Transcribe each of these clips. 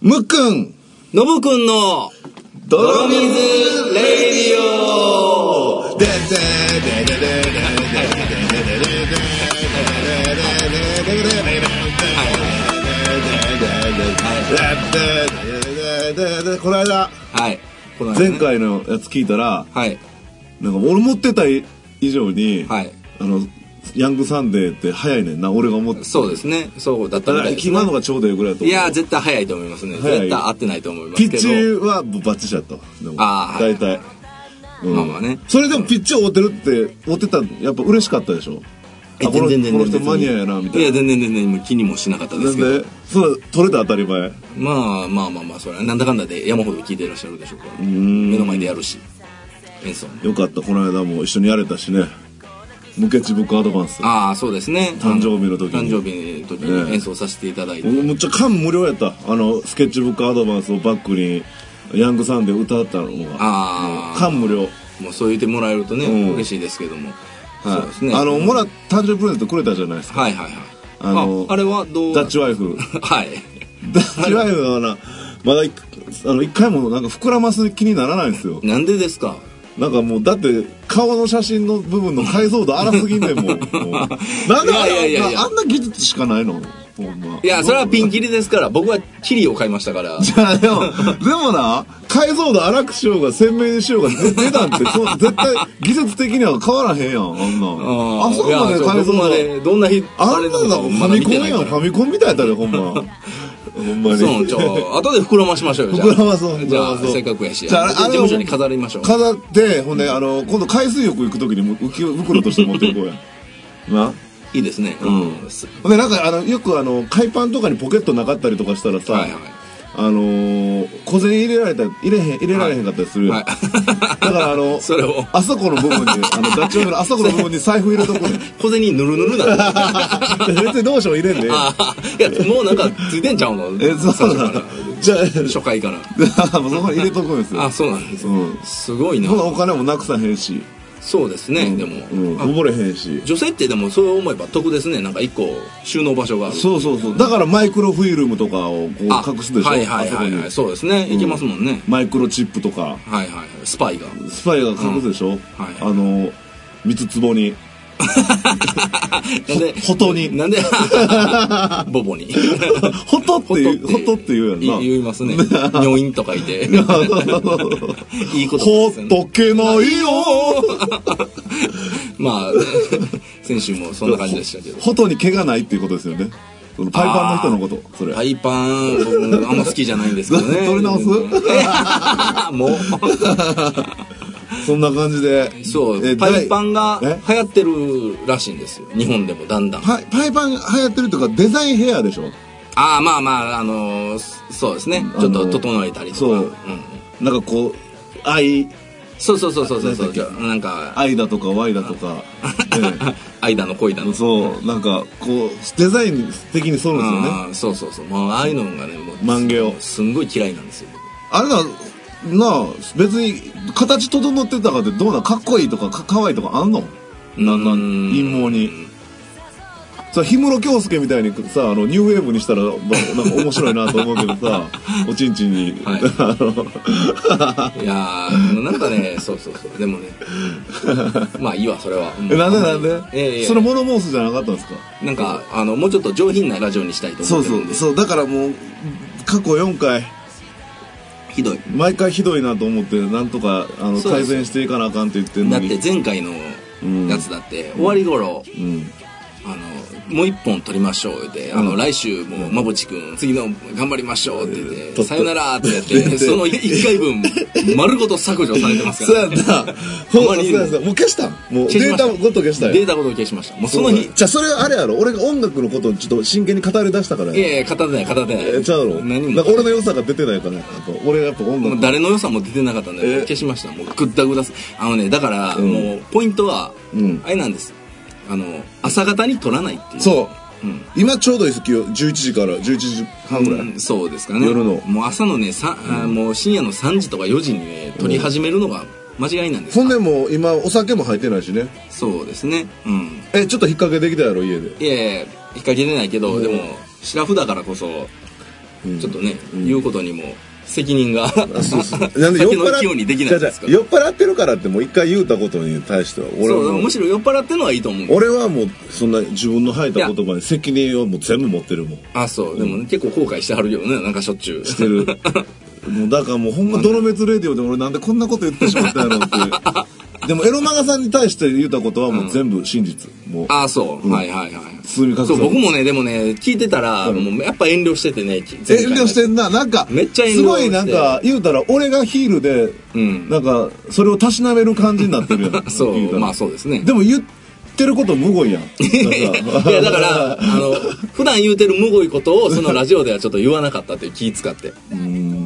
むっくんノブくんの泥水レディオででででででででででででででででででででででででこの間はい。この間ね前。回のやつ聞いたらはい。なんか俺持ってた以上に、はい。あのヤングサンデーって早いねんな俺が思ってそうですね。そうだっただからみたいです、ね。今のがちょうどよぐらいだとい思うや、絶対早いと思いますね。早い絶対合ってないと思いますピけど。ッチはバッチシだったあーは大い体、うんまあまあねそれでもピッチを追ってるって追ってたのやっぱ嬉しかったでしょえあこの全然この全人然マニアやなみたいや、いな全然全然、もう気にもしなかったでなすんけど。でそう取れた当たり前うまあまあまあまあ、それはなんだかんだで山ほど聞いてらっしゃるでしょうから。目のん前でやるし。演奏も。よかったこの間も一緒にやれたしね無ケチブックアドバンスああ、そうですね。誕生日の時にあ誕生日の時ねに演奏させていただいて。俺むっちゃ感無量やったあのスケッチブックアドバンスをバックにヤングサンデー歌ったのがああ。感無量もうそう言ってもらえるとね、うん嬉しいですけども。はいそうですね。あのもら誕生日プレゼントくれたじゃないですかはいはいはい。あのあ、あれはどうダッチワイフ はい。ダッチワイフはなまだ一あの一回もなんか膨らます気にならないんですよなんでですかなんかもうだって顔の写真の部分の解像度荒すぎんねん もうもうなんであいやいやいやいれやあんな技術しかないのほんまいや、それはピンキキリですから、僕はキリを買いましたから。じゃあでも、でもな、解像度荒くしようが鮮明にしようが、ぜ値段ってそう、絶対技術的には変わらへんやん、あんなん。あそこまで解解像像度ま。で、どんな日、あんなのんかだもんフまァだミ見コンてないやん、かファら。ミコンみたいやったで、 ほんま。ほんまに。そう、じゃあ、後で膨らましましょうよ。じゃあ膨らまそうじゃ膨らまあ、そうせっかくやし。じゃああれ事務所に飾りましょう。飾って、ほんで、あの、今度海水浴行く時にも浮き袋として持っていこうや。な。いいですね。うんうんすほんで、なんか、あの、よくあの、海パンとかにポケットなかったりとかしたらさ、はいはい。あのー小銭入れられた入れへん、入れられへんかったりするやんはい。だからあの、 それをあそこの部分に、あの、ダッチオーブのあそこの部分に財布入れとこ ね。小銭ぬるぬるなんだ。 別にどうしよう入れんでええ。あーいや、もうなんか、ついてんちゃうのえ、そうな最初かのらじゃあ、初回から。 もうそこに入れとくんですよあ、。そうなんですうね。ん。すごいなほ。なお金もなくさへんし。そうですね、でうん。も。あ溺れへんし。女性ってでもそう思えば得ですねなんか一個収納場所があるそうそうそう。だからマイクロフィルムとかをこうあ隠すでしょ。はいはいあそこはい、にはい、そうですねいけますもんね、マイクロチップとか、はいはいスパイがスパイが隠すでしょ。はいあの、三つ壺に。なんでほとに なんで ボボにほとっていう、ほとっていうやんな。言いま すね女院とかいていいことほですっよねとけないよまあね 先週もそんな感じでしたけどほとに毛がないっていうことですよね。そのパイパンの人のこと、それ。パイパン僕あんま好きじゃないんですけどね 取り直す もうそんな感じで。そうえパイパンがえ流行ってるらしいんですよ日本でもだんだんパイパイパンが流行ってるとか、デザインヘアでしょああまあまああのーそそうですねあのーちょっと整えたりとかそううんなんかこう、愛、そうそうそうそうそうそう何だっけなんか愛だとか、Y だと か。ね間の恋だのそう、なんか、こう、デザイン的にそうなんですよね。あーそうそうそうもうああいうのがねもう万華をすんごい嫌いなんですよあれな、なあ、別に、形整ってたかってどうなんかっこいいとか、か、かわいいとかあんのなんな、うんん陰謀に。さ、氷室京介みたいにさ、あの、ニューウェーブにしたら、まあ、なんか面白いなと思うけど さ、おちんちんに、はい あの、いやーなんかね そうそうそうで もねまあいいわそれはえ、なんでなんで、ええそれ物申すじゃなかったんですかなんかあのもうちょっと上品なラジオにしたいとそう思ってそるんう、でそう、だからもう、過去4回、ひどい毎回ひどいなと思って、なんとか、あの、そうで改す善していかなあかんって言ってんだのっに。て前回のうんやつだって、終わり頃うん。あのもう一本撮りましょうで、あうのん来週もまぼちくん次の頑張りましょうって言っ撮てっさよならってや っ撮っててその一回分丸ごと削除されてますそうかやらんな。ほんほまんまにそうやんな。もう消したんもう消しデーましたタごと消したよ。データごと消しましたもうその日じゃあそれあれやろ俺が音楽のことをちょっと真剣に語り出したからいややいや片手ない片手ないえちゃうの何なもんか俺の良さが出てないからやっぱ俺がやっぱ音もう楽誰の良さも出てなかったんでえ消しましたもうグッダグダすあのねだからんもうポイントはうんあれなんですあの朝方に撮らないっていうそうう、ん今ちょうどいいですよ11時から11時半ぐらい、うんそうですかね夜のもう朝のねさ、あーもう深夜の3時とか4時にね撮り始めるのが間違いなんですほんでもう今お酒も入ってないしねそうですねうんえちょっと引っ掛けできたやろ家でいやいや引っ掛けてないけど、でもシラフだからこそんちょっとね、言うことにも責任がそうそう なん で酔っ酒の払勢いにできないですじゃあじからゃあ酔っ払ってるからってもう一回言うたことに対しては俺そうはもむうしろ酔っ払ってのはいいと思う俺はもうそんな自分の吐いた言葉に責任をもう全部持ってるもんあそうでもね結構後悔してはるけどねなんかしょっちゅ うしてるもうだからもうほんま泥滅レディオで俺なんでこんなこと言ってしまったんやろうっていうでもエロマガさんに対して言ったことはもう全部真実、もうああそう、はいはいはい包み隠さずそう僕もねでもね聞いてたら、もうやっぱ遠慮しててね遠慮しててんななんかめっちゃ遠慮しすてごいなんか言うたら俺がヒールで、う んなんかそれをたしなめる感じになってるやん そ言うたうらまあそうですねでも言ってること無言やんなんかいやだからあの普段言うてるむごいことをそのラジオではちょっと言わなかったという気使って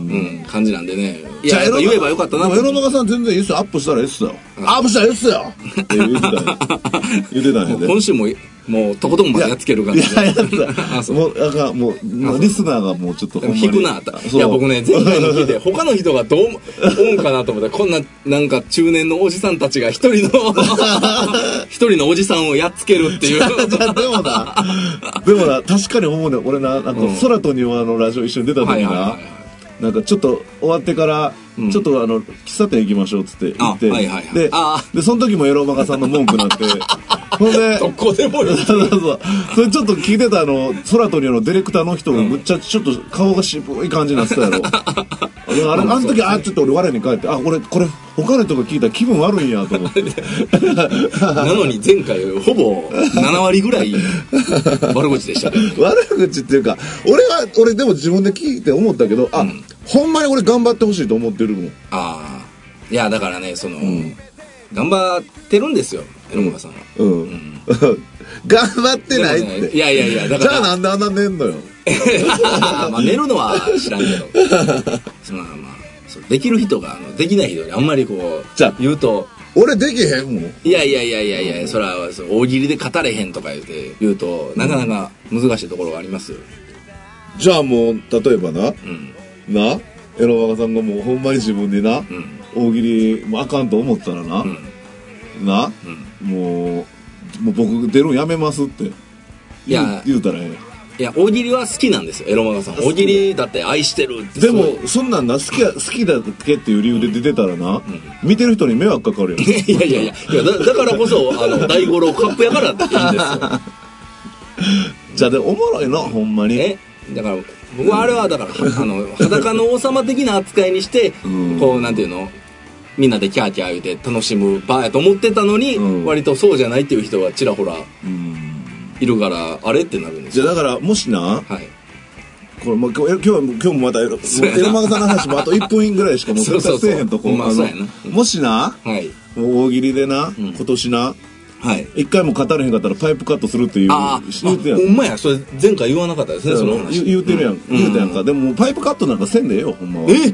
うん、感じなんでねいややっぱ言えばよかったなでもとエロマガさん全然いいっすよアップしたらいいっすよアップしたらいいっすよって言って たんや言ってたんやで今週ももうとことんまでやっつける感いじやいや あそうもうなんかもうリスナーがもうちょっとでほんもまに引くなあったそういや僕ね前回の聞いて他の人がどう思うんかなと思ったらこんななんか中年のおじさんたちが一人 の一人のおじさんをやっつけるっていう じゃあでもなでもな確かに思うね俺ななんかうん空と庭のラジオ一緒に出た時な、はいはいはいはなんかちょっと終わってから、うんちょっとあの喫茶店行きましょうっつって行って、あはいはいはいであでその時もエロマガさんの文句 なってほんで どこでもよそうそうそうそれちょっと聞いてたあの空とにのディレクターの人がむっちゃちょっと顔が渋い感じになってた やろあれあれあの時あちょっと俺我に返ってあ俺これ他の人が聞いたら気分悪いんやと思ってなのに前回ほぼ7割ぐらい悪口でしたけどね 悪口っていうか俺は俺でも自分で聞いて思ったけどあ、ほんまに俺頑張ってほしいと思ってるもんああいやだからねその、頑張ってるんですよ榎村さんは、うん、 頑張ってないでもって、ねいやいやいやだかじらゃあなんであんな寝んのよ まあ寝るのは知らんけ どそのまあまあそうできる人があのできない人にあんまりこうじゃあ言うと俺できへんもんいやいやいやいやいや、そらそう大喜利で語れへんとか言うて言うとなかなか難しいところがありますよ、じゃあもう例えばなうんなエロマガさんがもうほんまに自分でな、うん大喜利もあかんと思ったらな、うんな、もうもう僕出るんやめますっていや言う言うたらええねんいや大喜利は好きなんですよエロマガさん大喜利だって愛してるってですごいもそんなんな好きや好きだけっていう理由で出てたらな、見てる人に迷惑かかるやん いやいやいやいやだだからこそあの大五郎カップやからっていいんですよじゃあでおもろいなほんま にえだから僕はあれはだから、あの裸の王様的な扱いにして、うんこうなんていうのみんなでキャーキャー言うて楽しむ場やと思ってたのに、うん割とそうじゃないっていう人がちらほらうんいるからあれってなるんですじゃよあだからもしなはいこれ、まあ、今日今日は今日もまたエロそうやなエロマガさんの話もあと1分ぐらいしかもうそう絶そうそ対うせえへんとこまあのそうやなうんもしなはいもう大喜利でな、ん今年なはい一回も語れへんかったらパイプカットするっていうあー言うてやあんほんまやそれ前回言わなかったですねその言話う言うてるやん、言うてやんか、でももうパイプカットなんかせんでええよほんまはえ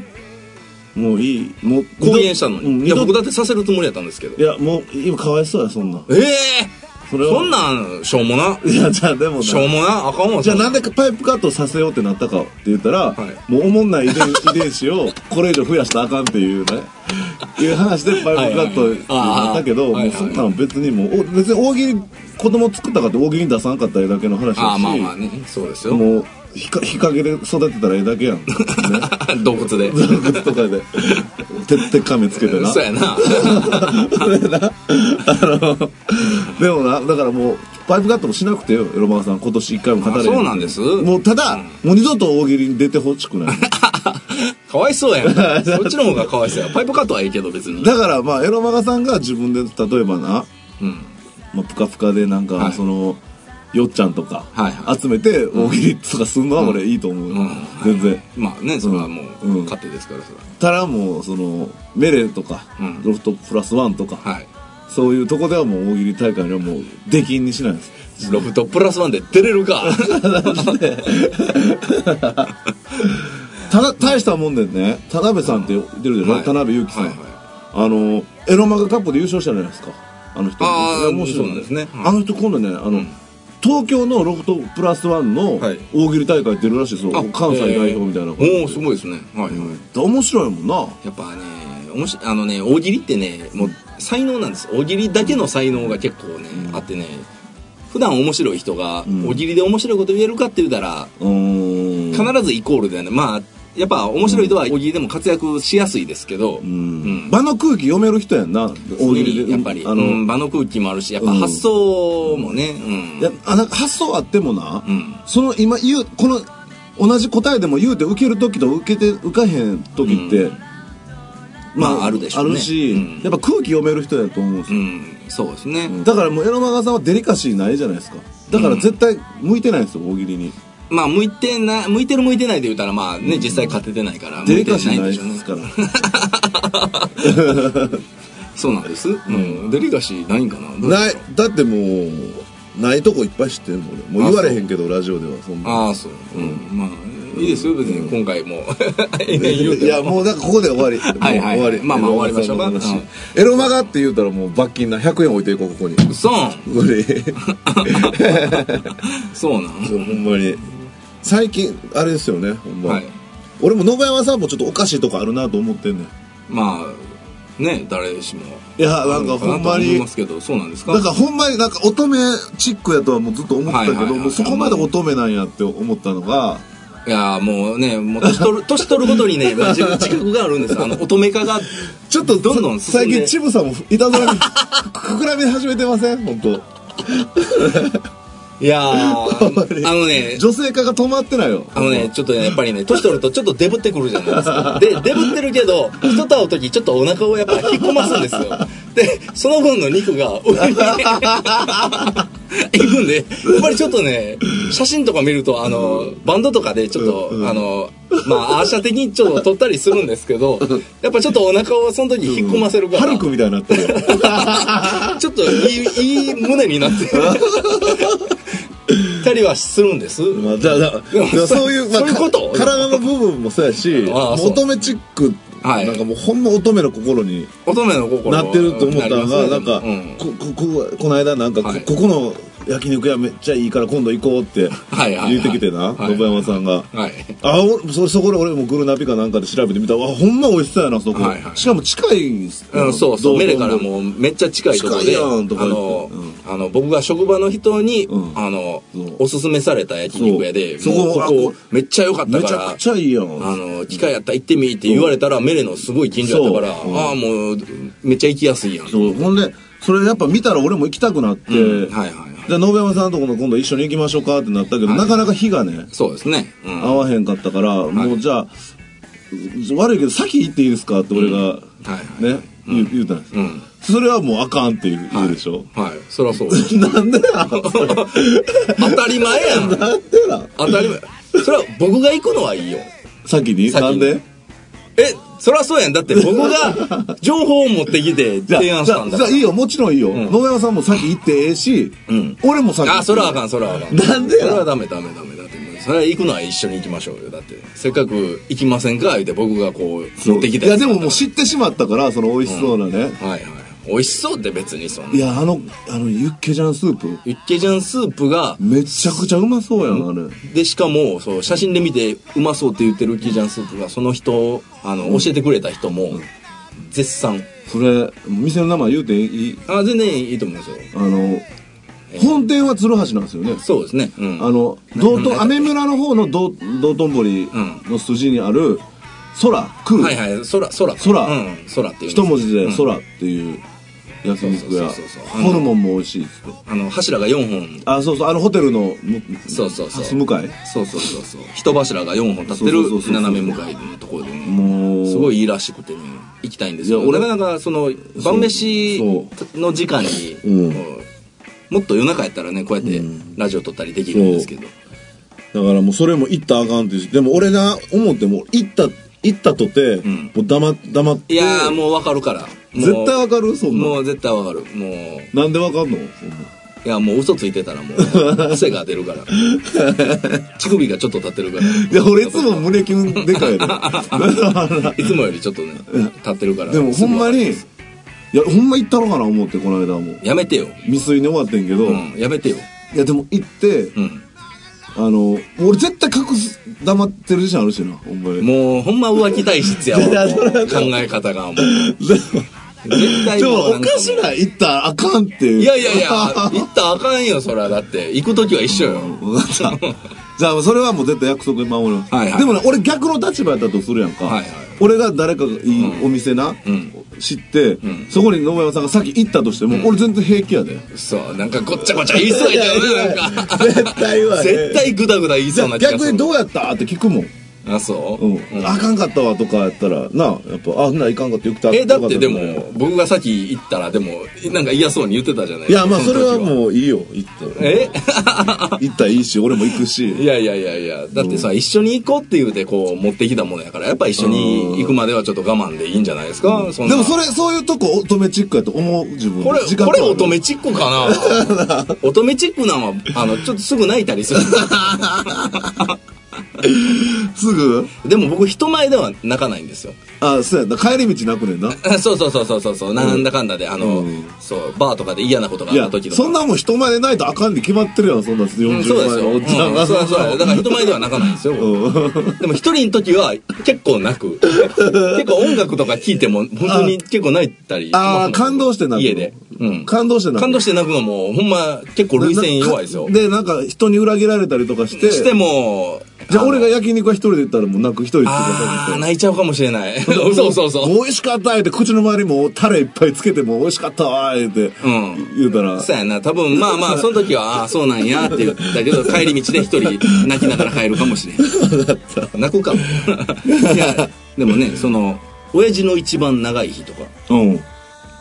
もういいもう公言したのに、うんい二や度僕とだってさせるつもりやったんですけどいやもう今かわいそうやそんなんええそれは そんなんしょうもないやじゃあでもなしょうもなあかんわじゃあなんででパイプカットさせようってなったかって言ったら、はもうおもんない遺伝遺伝子をこれ以上増やしたらあかんっていうねいう話でパイプカットになったけど、はいはいはいもあーうそんなん別にもうお別に大喜利子供作ったかって大喜利に出さんかったらええだけの話だしああまあまあねそうですよもう日か日陰で育てたらええだけやん、ね、 洞窟で洞窟とかでてってっかめつけてなそうや なあの、でもな、だからもう、パイプカットもしなくてよ、エロマガさん、今年一回も語れあへそうなんですもう、ただ、もう二度と大喜利に出てほしくない。かわいそうやん そっちの方がかわいそうやパイプカットはいいけど別にだから、まあ、エロマガさんが自分で、例えばな、うんまあ、ぷかぷかでなんか、はいその、よっちゃんとか、はいはい集めて、大喜利とかすんのは俺いいと思うよ、うん全然。まあねそれはもう、うん勝手ですからそれはただもう、その、メレとか、うんロフトプラスワンとか、はいそういうとこではもう大喜利大会にはもう、出禁にしないんです。ロフトプラスワンで出れ るかただ大したもんでね田辺さんって出るでしょ、はい田辺裕樹さん、はいはいあのエロマガカップで優勝したじゃないですかあの人あーいや面白いそうなんですねはいあの人今度ねあの、ん東京のロフトプラスワンのは大い喜利大会出るらしいですよ、関西代表みたいなえーおおすごいですねはいはい、い面白いもんなやっぱねおもしあのね大喜利ってねもう才能なんです大喜利だけの才能が結構ね、あってね普段面白い人がん大喜利で面白いこと言えるかって言うたら、うーん必ずイコールではない。まあ、やっぱ面白い人は大喜利でも活躍しやすいですけど、ううん場の空気読める人やんな大喜利でやっぱり、ああの、の場の空気もあるし、やっぱ発想もね、うん。いやあなんか発想あってもな、うんその今言うこの同じ答えでも言うて受ける時と受けて受かへん時って、まああるでしょうねあるし、うんやっぱ空気読める人やと思うんですうよ、ん、そうですね。だからもうエロマガさんはデリカシーないじゃないですかだから絶対向いてないんですよ大喜利に、まあ、向いてな、向いてる向いてないで言ったら、まあね、実際勝ててないから、向デいリてカシーんないででしょうねす。 からそうなんです。うん。デリカシーないんかなどうでしょうないだってもうないとこいっぱい知ってんもん俺もう言われへんけどラジオではそんなああ、そう。うん。まあ、いいですよ、別に 今回も。延々 言ういてやもうなんかここで終わりはいはいもう終わりまあまあ終わりましょうかエロマガさんのうん話エロマガって言うたらもう罰金な100円置いていこうここ にう。そう。これそう そなん。うほんまに最近あれですよねほんま、はい。俺も野辺山さんもちょっとおかしいとこあるなと思ってんねんまあ、ね、誰しも。いやなんかほんまあるのかなと思いにますけど、そうなんですかなんかほんまになんか乙女チックやとはもうずっと思ってたけど、はいはいはいもうそこまで乙女なんやって思ったのが、いやーもうね、もう年取る、 年取るごとにね、自分自覚があるんです。あの、乙女化が。ちょっとどんどんさ進最んで近チブさんもいたずらに くくらみ始めてません本当いや ーあのね、女性化が止まってないよあのね、ちょっとね、やっぱりね、年取るとちょっとデブってくるじゃないですか。で、デブってるけど、人と会うときちょっとお腹をやっぱ引っ込ますんですよ。で、その分の肉が上に行くんで、やっぱりちょっとね、写真とか見ると、あの、バンドとかでちょっと、あの、まあ、アーシャ的にちょっと撮ったりするんですけど、やっぱちょっとお腹をその時引っ込ませるから。ハルクみたいになってるよ ちょっといい、いい胸になって。たりはするんです。まあ、じゃあ、じゃあでもでもそういう、まあ、そういうことか体の部分もそうやし、ああそう乙女チック、はいなんかもうほんま乙女の心に乙女の心なってると思ったのが、りますねなんか、うんこ、こ、こ、この間なんか、こはいここの焼肉屋めっちゃいいから今度行こうってはいはいはい言ってきてな、はい信山さんが。はい。あ、おそそこで俺もグルナビかなんかで調べてみたら、あ、ほんま美味しそうやな、そこ。はいはいしかも近いんすうん、そうそう、道メ頓レ堀からもうめっちゃ近いところで、近いやんとかあ言っての、あの、僕が職場の人に、うんあのそう、おすすめされた焼肉屋で、そもううこそここめっちゃ良かっためかちらゃく、ちゃいいやん。あの、機会やったら行ってみいって言われたら、メレのすごい近所やったから、そううんああ、もう、めっちゃ行きやすいやん。そう、ほんで、それやっぱ見たら俺も行きたくなって、うんはいはいはい。じゃあ、信山さんとこの今度一緒に行きましょうかってなったけど、はいなかなか日がね、そうですね。うん合わへんかったから、もうじゃあ、悪いけど先行っていいですかって俺が、はいはい。ね、言う言うたんです、うん。それはもうあかんって言う,、言うでしょ。はい。そりゃそうです。なんでな のそれな当たり前やん。んで なの当たり前。それは僕が行くのはいいよ。先に先になんでえ、そりゃそうやん。だって僕が情報を持ってきて じゃあ、じ提ゃ案あ、したんじだゃかあらい。いよ、もちろんいいよ。ん信山さんも先行ってええし、うん俺も先行ってあ、それはあかん、それはあかん。なんでやそれはダメ、ダメ、ダメ。だって、それは行くのは一緒に行きましょうよ。だって、せっかく行きませんか言うて僕がこう、持ってきたいや、でももうは知ってしまったから、その美味しそうなね。いはい。美味しそうって別にそんいな。や、あの、あの、ユッケジャンスープ、ユッケジャンスープが、めちゃくちゃうまそうやん、あれ。で、しかも、そう、写真で見て、うまそうって言ってるユッケジャンスープが、その人、あの、教えてくれた人も、絶賛。それ、店の名前言うていいあ、全然いいと思いますよ。あの、本店は鶴橋なんですよね。そうですね。うん。あの、道頓、雨村の方の道道頓堀の筋にある、空、空、はいはい、空、空空。うん、空っていう。一文字でうん空っていう焼肉屋そうそうそうそう。ホルモンも美味しいっつって。あの、柱が4本。あ、そうそう、あのホテルのむ、そうそうそう初向かいそうそうそうそう。人柱が4本立ってそうそうそうそるう斜め向かいのところでね。もう、すごいいいらしくてね、行きたいんですよ。いや俺俺なかなかその、晩飯の時間に、うんこうもっと夜中やったらね、こうやってラジオ撮ったりできるんですけど。だからもうそれも行ったらあかんってしでも俺が思っても行った行ったとて、んもう黙黙っていやーもうわかるから。もう絶対わかるそんなんもう絶対わかる。もう、なんでわかんのそんないやもう嘘ついてたら もう、汗が出るから。乳首がちょっと立ってるから。いや俺いつも胸キュンでかいでいつもよりちょっとね、立ってるから。 でもほんまにいいやほんま行ったのかな思ってこの間もやめてよ。未遂に終わってんけど、ういん、やめてよ。やでも行って、うん。あの俺絶対隠す黙ってる自信あるしなほんまにもう、ほんま浮気体質や わ。もう考え方がもう。でも絶対もうなおんかかしない行ったらあかんっていういいやいやいや、行ったらあかんよ、そら。だって、行くときは一緒よ。分かった。 じゃあそれはもう絶対約束守る、はいはいでもね俺逆の立場やったとするやんか、はいはい俺が誰かがいいお店な、ん知って、そこに野山さんが先行ったとしても、俺全然平気やでそうなんかごっちゃごちゃ言いそうやけどねなんか絶対は絶対グダグダ言いそうな気がする逆にどうやったって聞くもん、あそう、うんあかんかったわとかやったらなあやっぱあんないかんかってよくたえだってでよかたとかも僕がさっき言ったらでもなんか嫌そうに言ってたじゃないいやまあそれはうもういいよ行 ってえ行ったらいいし俺も行くしいやいやいやいやだってさ、一緒に行こうって言うてこう持ってきたものやからやっぱ一緒に行くまではちょっと我慢でいいんじゃないですか、そんでなもそれそういうとこ乙女チックやと思う自分これ、自覚これはある乙女チック かな乙女チックなんは、あの、ちょっとすぐ泣いたり する。すぐでも僕、人前では泣かないんですよ。あそうやな帰り道なくねんな そうそうそうそうそうそう、なんだかんだで、あの、そう、バーとかで嫌なことがあいったや時とか。そんなもん人前でないとあかんに決まってるやんそんな40うん、そうです前よ。のうおんっちゃんそがうそうそう。だから人前では泣かないんですよ。でも一人の時は結構泣く。結構音楽とか聴いても本当に結構泣いたりしますも ん。ああ感動して泣く家で。うん。感動してなく感動して泣くのも、ほんま結構類線弱いですよ。でなんか人に裏切られたりとかしてしても、じゃあ俺が焼肉は一人で行ったらもう泣く一人つけあたー、りして泣いちゃうかもし れない。そうそうそう。美味しかったって口の周りもタレいっぱいつけても美味しかったわーってうん言うたら、そうやな。多分、まあまあ、その時は、ああ、そうなんやって言ったけど、帰り道で一人泣きながら帰るかもしれ ん。泣くかも。 いや、でもね、その、親父の一番長い日とかうん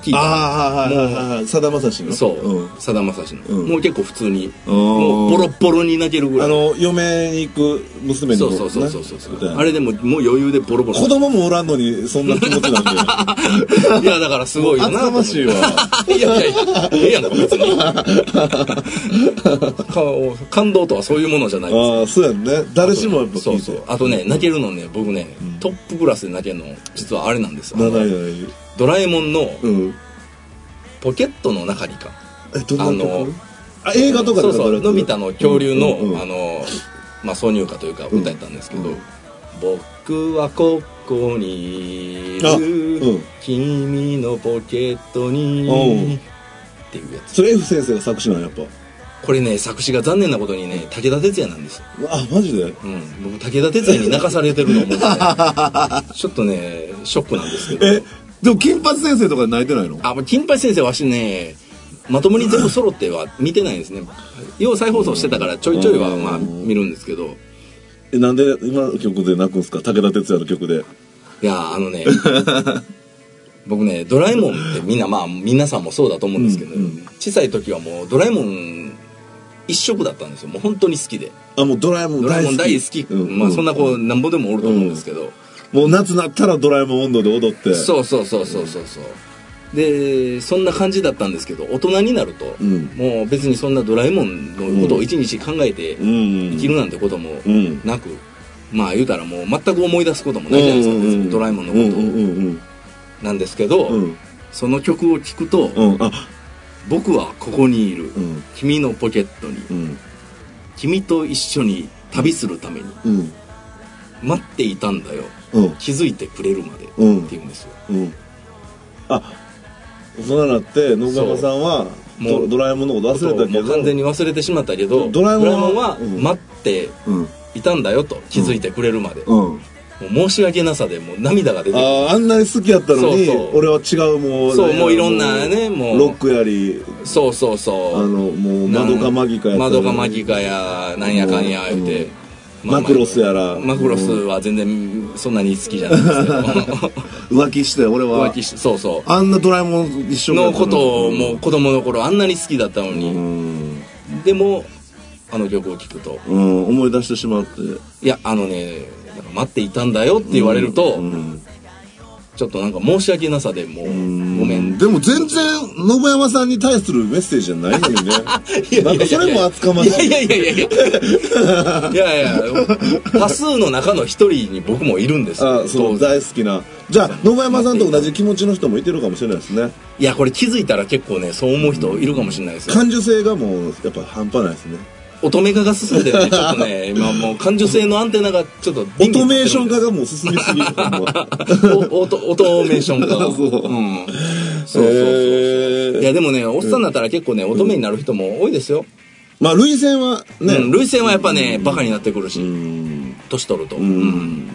聞いた。ああはいはいはいはいさだまさしのそう。さだまさしの。うんもう結構普通に、うんもうボロッボロに泣けるぐらあい。の嫁に行く娘そのうねそうそうそうそうそう。あれれでも、もう余裕でボロボロ。子供もおらんのにそんな気持ちなんでいや、だからすごいよ厚な。かましいわ いやいやいや、ええやんか、別に。か感動とはそういうものじゃないです。ああそうやんね誰しもやっぱそ聞ういそてう。あとね、泣けるのね、僕ね、トップクラスで泣けるの、実はあれなんですなよ。ないないドラえもんのうんポケットの中にか。えどんなあとのこあ映画とかそでうそう、のび太の恐竜の、うんうんうんあの、まあ、挿入歌というか歌やったんですけど、うん僕はここにいる、あうん君のポケットおにう、っていうやつ。それ F 先生が作詞なんやっぱこれね、作詞が残念なことにね、武田鉄矢なんです。あマジでうん、僕武田鉄矢に泣かされてるの思って、 ちょっとねショックなんですけどえでも金八先生とか泣いてないのあもう金八先生わしねまともに全部揃っては見てないんですね要再放送してたからちょいちょいはまあ見るんですけどえなんで今の曲で泣くんすか武田鉄矢の曲でいやあのね 僕ねドラえもんってみんなまあ皆さんもそうだと思うんですけど、うんうん小さい時はもうドラえもん一色だったんですよもう本当に好きであもうドラえもんドラえもん大好き、うんまあそんな子なんぼでもおると思うんですけど、もう夏なったらドラえもん温度で踊ってそうそうそうそうそうそうでそんな感じだったんですけど大人になると、うんもう別にそんなドラえもんのことを一日考えてうん生きるなんてこともうんなく、まあ言うたらもう全く思い出すこともないじゃないですか、うん別にドラえもんのことを、うんうんうんなんですけど、うんその曲を聴くと、うんうんあ僕はここにいる、うん君のポケットにうん君と一緒に旅するためにうん待っていたんだようん気づいてくれるまで、うんっていうんですようんあ大人になって野川さんはもうドドラえもんのこと忘れたけもどう完全に忘れてしまったけどドラえもんははうん待ってうんいたんだよと気づいてくれるまで、うんもう申し訳なさでもう涙が出てくるあああんなに好きやったのにそうそう俺は違うもうそうもういろんなねもうロックやりそうそうあそうのもう窓かマギかやったり窓かマギかやなんやかんや言うて、うんまあマクロスやらマクロスは全然そんなに好きじゃないんですけど浮気して俺は 浮気しそうそあんなドラえもん一う緒のことをもう子供の頃あんなに好きだったのに、うんでもあの曲を聴くとうん思い出してしまっていやあのねなんか待っていたんだよって言われると、うんちょっとなんか申し訳なさでもう、ごめん。でも全然信山さんに対するメッセージじゃないのに ねなんかそれも厚かましいいやいやいやいやいや。いやいや、多数の中の一人に僕もいるんですよあそう当然大好きなじゃあ野間山さんと同じ気持ちの人もいてるかもしれないですねいや、これ気づいたら結構ね、そう思う人いるかもしれないですよ。感受性がもうやっぱ半端ないですね乙女化が進んでるね、ちょっとね、今もう感受性のアンテナがちょっとオビンビトンメー立ショっンて化るんがもう進みすぎるですよ。おオトオトメーション化。 そううん。そうそうそうそう。いや、でもね、おっさんになったら結構ね、乙女になる人も多いですよ。まあ、類線はね、うん、涙腺はやっぱね、バカになってくるし、うん年取ると。ううんん。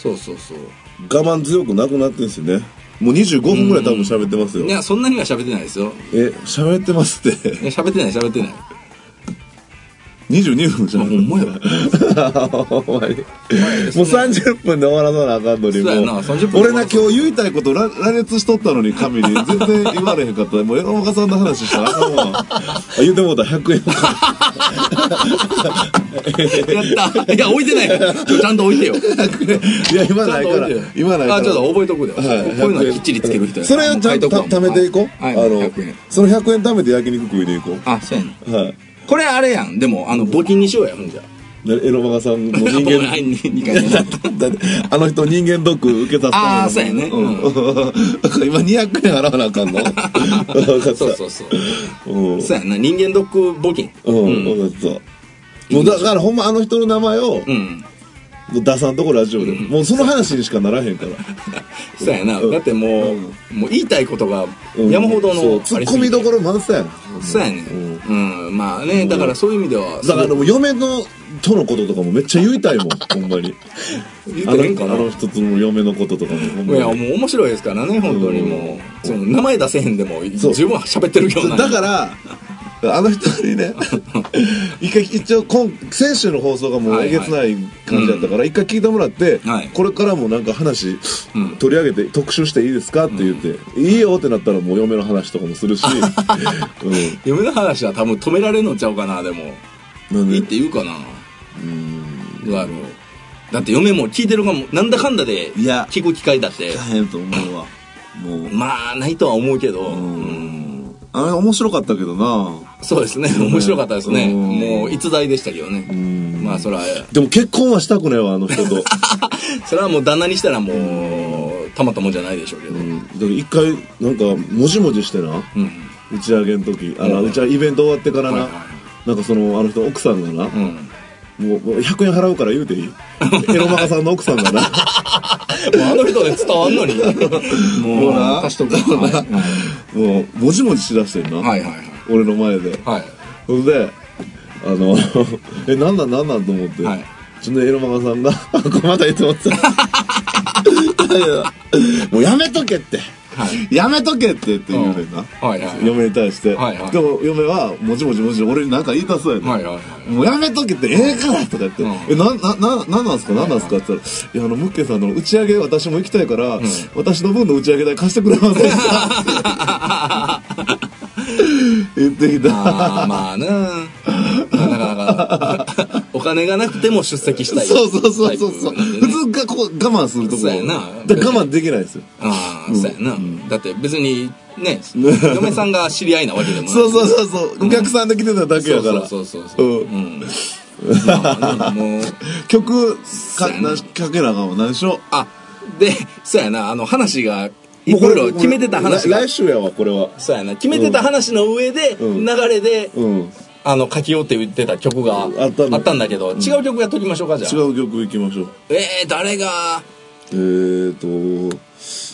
そうそうそう。我慢強くなくなってんすよね。もう25分ぐらい多分喋ってますよい。や、そんなには喋ってないですよ。え、喋ってますっいて。 や喋ってない、喋ってない。 22分じゃほん。んまやわ。ほんまに。 もう30分で終わらそうなあかんのに、そうやなもう30分で終わ俺らそうな今日言いたいことら羅列しとったのに、神に。全然言われへんかった。もう、エロマカさんの話したらあかん わ。あ言うてもうた100円。やった。いや、置いてないよ。ちょちゃんと置いてよ。いや、今ないからちゃんと置いてよ。今ないから。あ、ちょっと覚えとくで。こうはいいうのはきっちりつける人やそれをちゃんと書いくわ貯めていこう。はい、あの100円。、その100円貯めて焼肉食いでいこあ、そうやね。う。はい。これあれやん。でも、あの、募金にしようや、ほんじゃ。でエロマガさんの人募金間はいに二回目 だってあの人人間ドック受けさせたあーそうやねん 今200円払わなあ かんの分かったそうそうそう。うんそうやな、人間ドック募金。うん分かったもうだからほんまあの人の名前をうん。もう出さんとこラジオでもうその話にしかならへんからそうやな。だってもう、もう言いたいことがうん山ほどの、そうツッコミどころ。ろ満載やなそうやね。うん。まあね、だからそういう意味では、だからもう嫁のとのこととかもめっちゃ言いたいもんほんまに言あってのへんかあな。の人との嫁のこととかもほんいや、まにもう面白いですからね、本当にもう。その名前出せへんでも、そう十分喋ってるけどな。だから、あの人にね、 一回、一応今、先週の放送がもうはいはえいげつない感じだったから、一回聞いてもらってはい、これからもなんか話うん取り上げて、特集していいですかって言って、いいよってなったらもう嫁の話とかもする し、う嫁の話は多分止められんのちゃうかな、でも。ん。なんいいっで、て言うかな。どうやろう。だって嫁も聞いてるかも、なんだかんだでいや聞く機会だって、変と思うわ。もう。まあないとは思うけど、うんあれ面白かったけどなそうですね、面白かったですね。うんもう逸材でしたけどね。まあそれは、 でも結婚はしたくないわ、あの人 と。それはもう旦那にしたらもう、たまったもんじゃないでしょうけど。ううんんだから一回、なんか、もじもじしてな。打ち上げの時あの、うん打ち上げイベント終わってからな、はいはなんかそのあの人奥さんがな、うんもうもう100円払うから言うていいエロマガさんの奥さんがなもうあの人で伝わ んのに。 もうな足しとくかはいもうもじもじしだしてんな、はいはいはい。俺の前ではい。それであの えなんなんなんなんと思って、はいそれでエロマガさんが あこれまた言ってもらったいやいや もうやめとけってはい。やめとけってって言うねんな、はいはい。嫁に対して、はいはいでも嫁はもじもじもじ俺に何か言いたそうやねんはいはいはい。もうやめとけって、ええからとか言って、うんえ、な、な、な、なんなんすかなんなんすかって言ったら、いや、あの、ムッケさんの打ち上げ、私も行きたいから、私の分の打ち上げ代貸してくれませんか 言ってきた。あーま あななかなか、お金がなくても出席したい。そうそうそうそうそう。タイプなんでね普通がここ我慢するとこそうやなで我慢できないですよ。ああ、そうやな。だって別に、 ね、嫁さんが知り合いなわけでもない。そうそうそうそう。お客さんで来てただけそやうかそらう。そうそうそう。うんん。まあ ねもう、曲うやかななかけなあかんわ何しろ。あ、で、そうやな、あの話が、いろいろ決めてた話が来。週やわ、これは。そうやな、決めてた話の上で、うん流れで、うん。あの、書きようって言ってた曲があったのあったんだけど、違う曲やっときましょうか、じゃ違あ。う曲行きましょう。えー、誰が、えーと、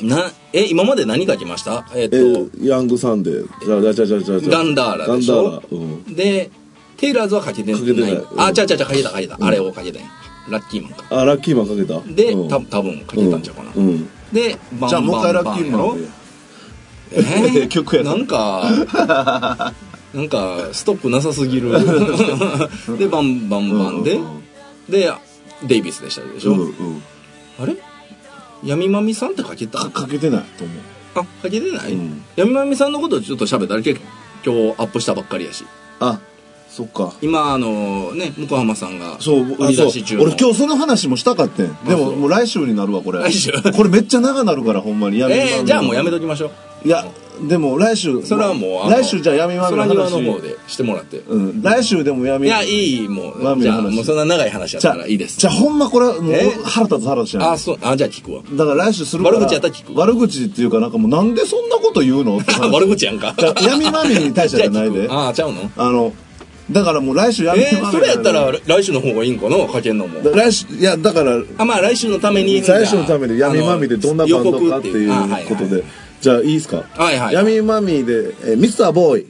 な、え、今まで何書きましたえっえと、ヤングサンデーじゃあじゃあじゃあじゃあじゃあじゃあガンダーラでしガンダょーラうんで、テイラーズは書けてない。書けてないうんあ、違う違う違う、書けた書けた。あれを書けたんやラッキーマンか。あラッキーマンかけたで、うんた多分書けたんちゃうかな。うんうんで、バンバンバンじゃあもう一回ラッキーマンやろでえ ー曲やななんか、 なんか、ストップなさすぎる。で、バンバンバンでうんうん、で、デイビスでしたでしうょ。んうんあれ闇まみさんって書けたかあ、かけてないと思う書けてない、うん闇まみさんのことをちょっと喋ったら結構今日アップしたばっかりやし。あそっか今、あのね、向浜さんがそう売ありそう出し中の。俺今日その話もしたかってんでそもうもう来週になるわこれ来週これめっちゃ長なるからほんまにやめ えー、じゃあもうやめときましょう。いやでも来週それはもうあの、来週じゃあ闇まみの空庭の話方でしてもらって。うん来週でも闇いや、いい、もまあう。じゃあ、みんなの話もうそんな長い話やっじゃたあらいいです。じゃあほんまこれはもうえ腹立つ腹立つじゃんあ、そう、あ、じゃあ聞くわ。だから来週するから悪口やったら聞く悪口っていうかなんかもうなんでそんなこと言うのってあ話 悪口やんか。じゃあ闇まみに対してじゃない じでゃあ聞くあ、ちゃうのあの、だからもう来週やめえてー、それやったら来週の方がいいんかな書けんのも。来週、いや、だから、あ、まあ来週のために。最初のために闇まみでどんなバンドかっていあの予う告ってこいうとで、じゃあいいですかあはいはいはい。闇まみで、えーミスターボーイ。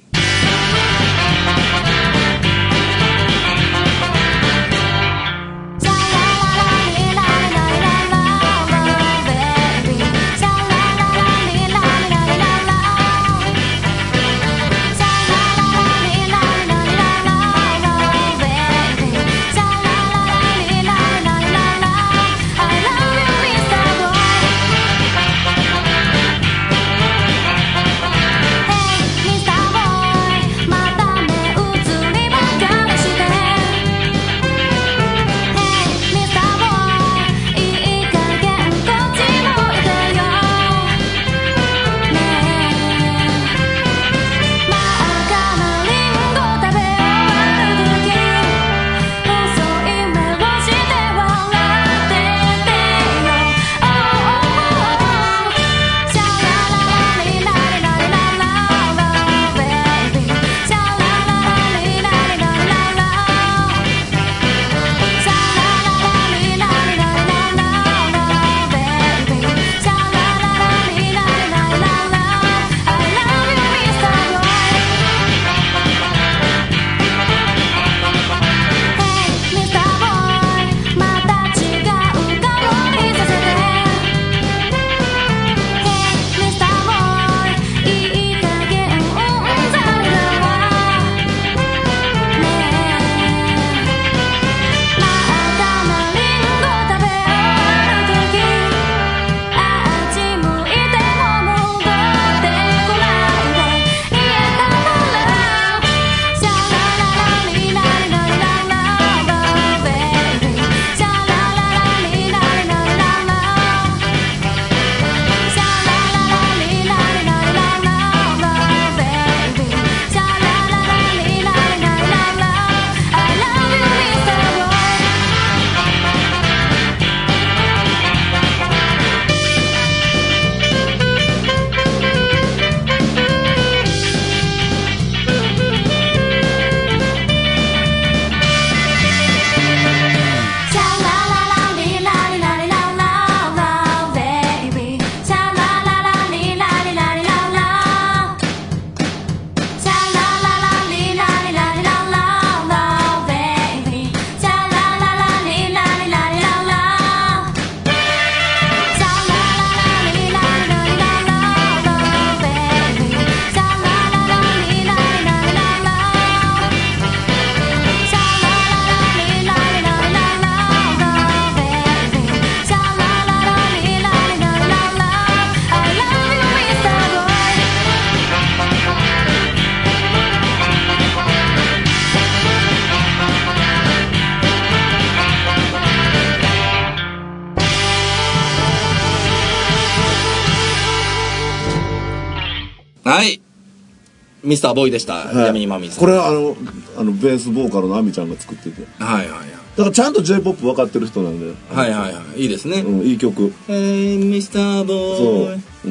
はい。ミスターボーイでした。はい闇にまみれさん。これはあのあのベースボーカルのアミちゃんが作っててだはいはいからちゃんと j p o p 分かってる人なんで、はい。はいはいはい。いいですね。うん、いい曲 Hey, Mr. Boy. そうう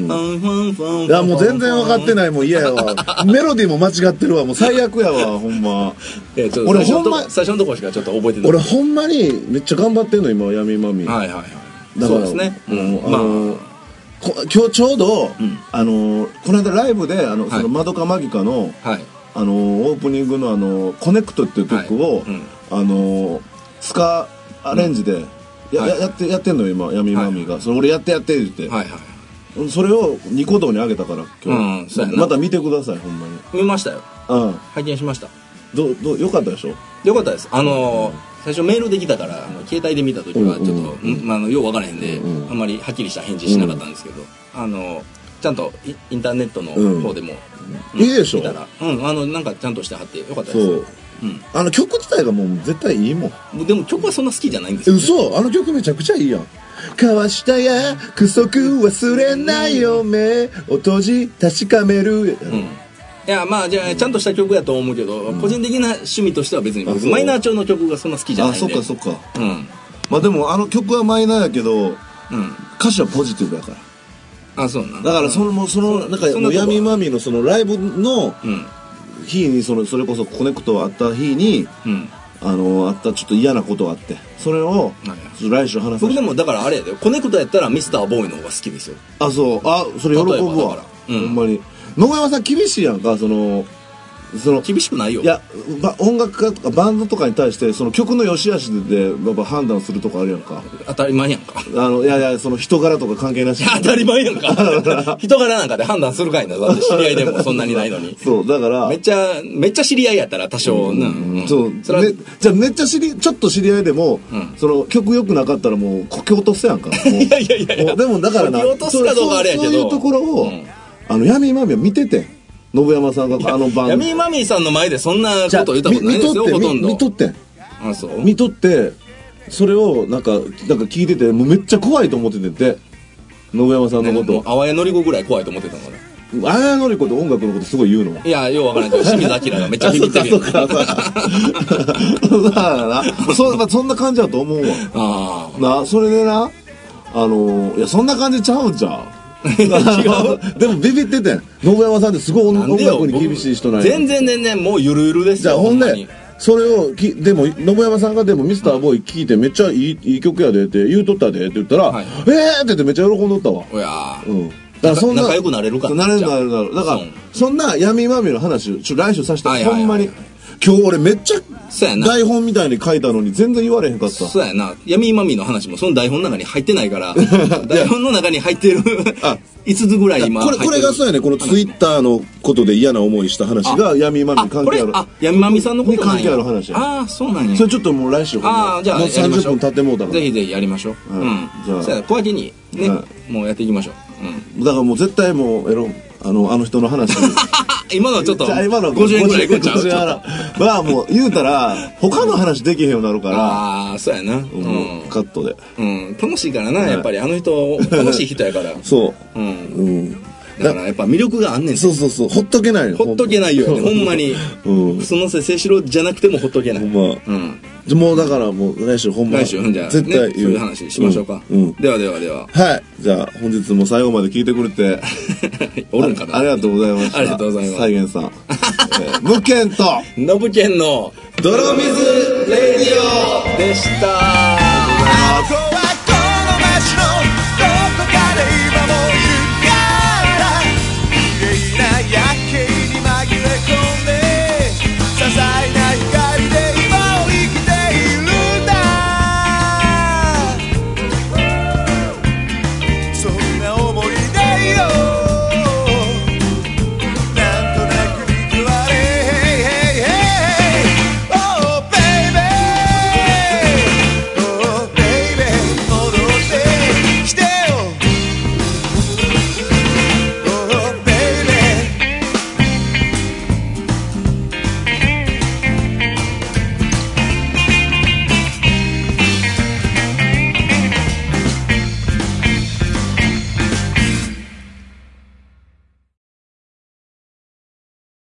んいいやもう全然分かってい。ないもう嫌やわメロディーも間違ってるわもう最悪やわほんまえちょっと俺最初のとこほんま最初のところしかちょっと覚えてない。俺ほんまにめっちゃ頑張ってんの今闇まみはいはいはい。だかそうらですね。もうあまのこ今日ちょうど、あのこの間ライブであの、はいそのマドカマギカのあ、はい。あのオープニングのあのコネクトっていう曲を、はいうんあのスカアレンジで、やはいややってやってんのよ今闇まみが、それ俺やってやって言って、はいはい。それをニコ動にあげたから今うん日、そうやなまた見てくださいほんまに見ましたよ。うん拝見しました。どうどうよかったでしょよかったです。あのー最初メールできたから、あの携帯で見た時はちょっと、うんうんんまああの、ようわからへんで、うんうんあんまりはっきりした返事しなかったんですけど、あのーちゃんとイインターネットの方でも、うんいいでしょ見たら、うん、あの、なんかちゃんとしてはってよかったです。そうあの曲自体がもう絶対いいもんうん。でも曲はそんな好きじゃないんですえよ。嘘あの曲めちゃくちゃいいやん交わした約束忘れないよ目を閉じ確かめる、うん。いや、まあ、じゃあ、ちゃんとした曲やと思うけど、個人的な趣味としては別にあそうマイナー調の曲がそんな好きじゃあないそんっで。かそっかうん。まあでもあの曲はマイナーやけどうん。歌詞はポジティブやからあ、そうなんだからその、もうそのなんかそんもなとうこ闇まみのそのライブのうん。日にそのそれこそコネクトあった日にうん。あのあったちょっと嫌なことがあってそれをはいちょっと来週話させ僕てでもだからあれやでコネクトやったらミスターボーイの方が好きですよあそうあそれ喜ぶ例えばだわか、らうんほんまに野々山さん厳しいやんかそのその厳しくないよいや、ば音楽家とかバンドとかに対してその曲の良し悪しでやっぱ判断するとこあるやんか当たり前やんかあのいやいやその人柄とか関係なし 当たり前やんか 人柄なんかで判断するかいなだって知り合いでもそんなにないのにそうだからめっちゃめっちゃ知り合いやったら多少な、うんそうそれは、めじゃあめっちゃ知りちょっと知り合いでも、んその曲良くなかったらもうこき落とすやんかもう いやいやいやいもやうでもだからなこき落とすかどうかあれやけどそうそういうところを、うんあの闇まみは見ててん信山さんがあのバンドヤミーマミーさんの前でそんなこと言ったことないですよじゃほあみ見ととってみ見とってんどんあそう見とってそれをなんかなんか聞いててもうめっちゃ怖いと思っててって信山さんのねこもうと淡谷のり子ぐらい怖いと思ってたの俺綾典子って音楽のことすごい言うのいやようわからんけど清水明がめっちゃビビってるやんそうそうだなそ,、まあ、そんな感じだと思うわああなそれでなあのいやそんな感じちゃうんじゃん 違う でもビビっててん信山さんってすごい音なん音でよ楽に厳しい人なん僕や全然全然もうゆるゆるですじゃよあほんまでにそれをきでも信山さんがでも「ミスターボーイ聴いてめっちゃいいいい曲やで」って言うとったでって言ったら「はいええー!」って言ってめっちゃ喜んどったわおやーうんだからそんな仲仲良くなれるかそうなれるじゃあなれるなれるだからうんそんな闇まみれの話ちょ来週させてはいはいはいほんまに今日俺めっちゃそうやな台本みたいに書いたのに全然言われへんかったそうやな闇まみの話もその台本の中に入ってないから 台本の中に入ってるあ5つぐらい今これこれがそうやねこのツイッターのことで嫌な思いした話が闇まみあれ関こ係れあるあ闇まみさんのことなんやに関係ある話やああそうなんやそれちょっともう来週ほんまああじゃあもうやりまし30ょう分経ってもうたからぜひぜひやりましょう、はいじうゃんあそうや小分けにね、はもうやっていきましょう、うん、だからもう絶対もうエロあのあの人の 話あ今のはちょっとじゃあ今の50円ぐらいいこうちゃう50円払うまあもう言うたら他の話できへんようになるから、ああそうやなうんうんカットでうん、楽しいからな、やっぱりあの人楽しい人 やからそうう、んうん、だからやっぱ魅力があんねんそうそうそうほっとけないよほっとけないよねほんまにうんそのせ清志郎じゃなくてもほっとけなほいんまうんじゃもうだからもう来週ほんま来週ほんじゃあね絶対言う、そういう話しましょうかうんうんではではでは はいじゃあ本日も最後まで聞いてくれておるんかなあありがとうございましたありがとうございます再現さん、えー、無限 とノブケンの泥水レディオでしたあ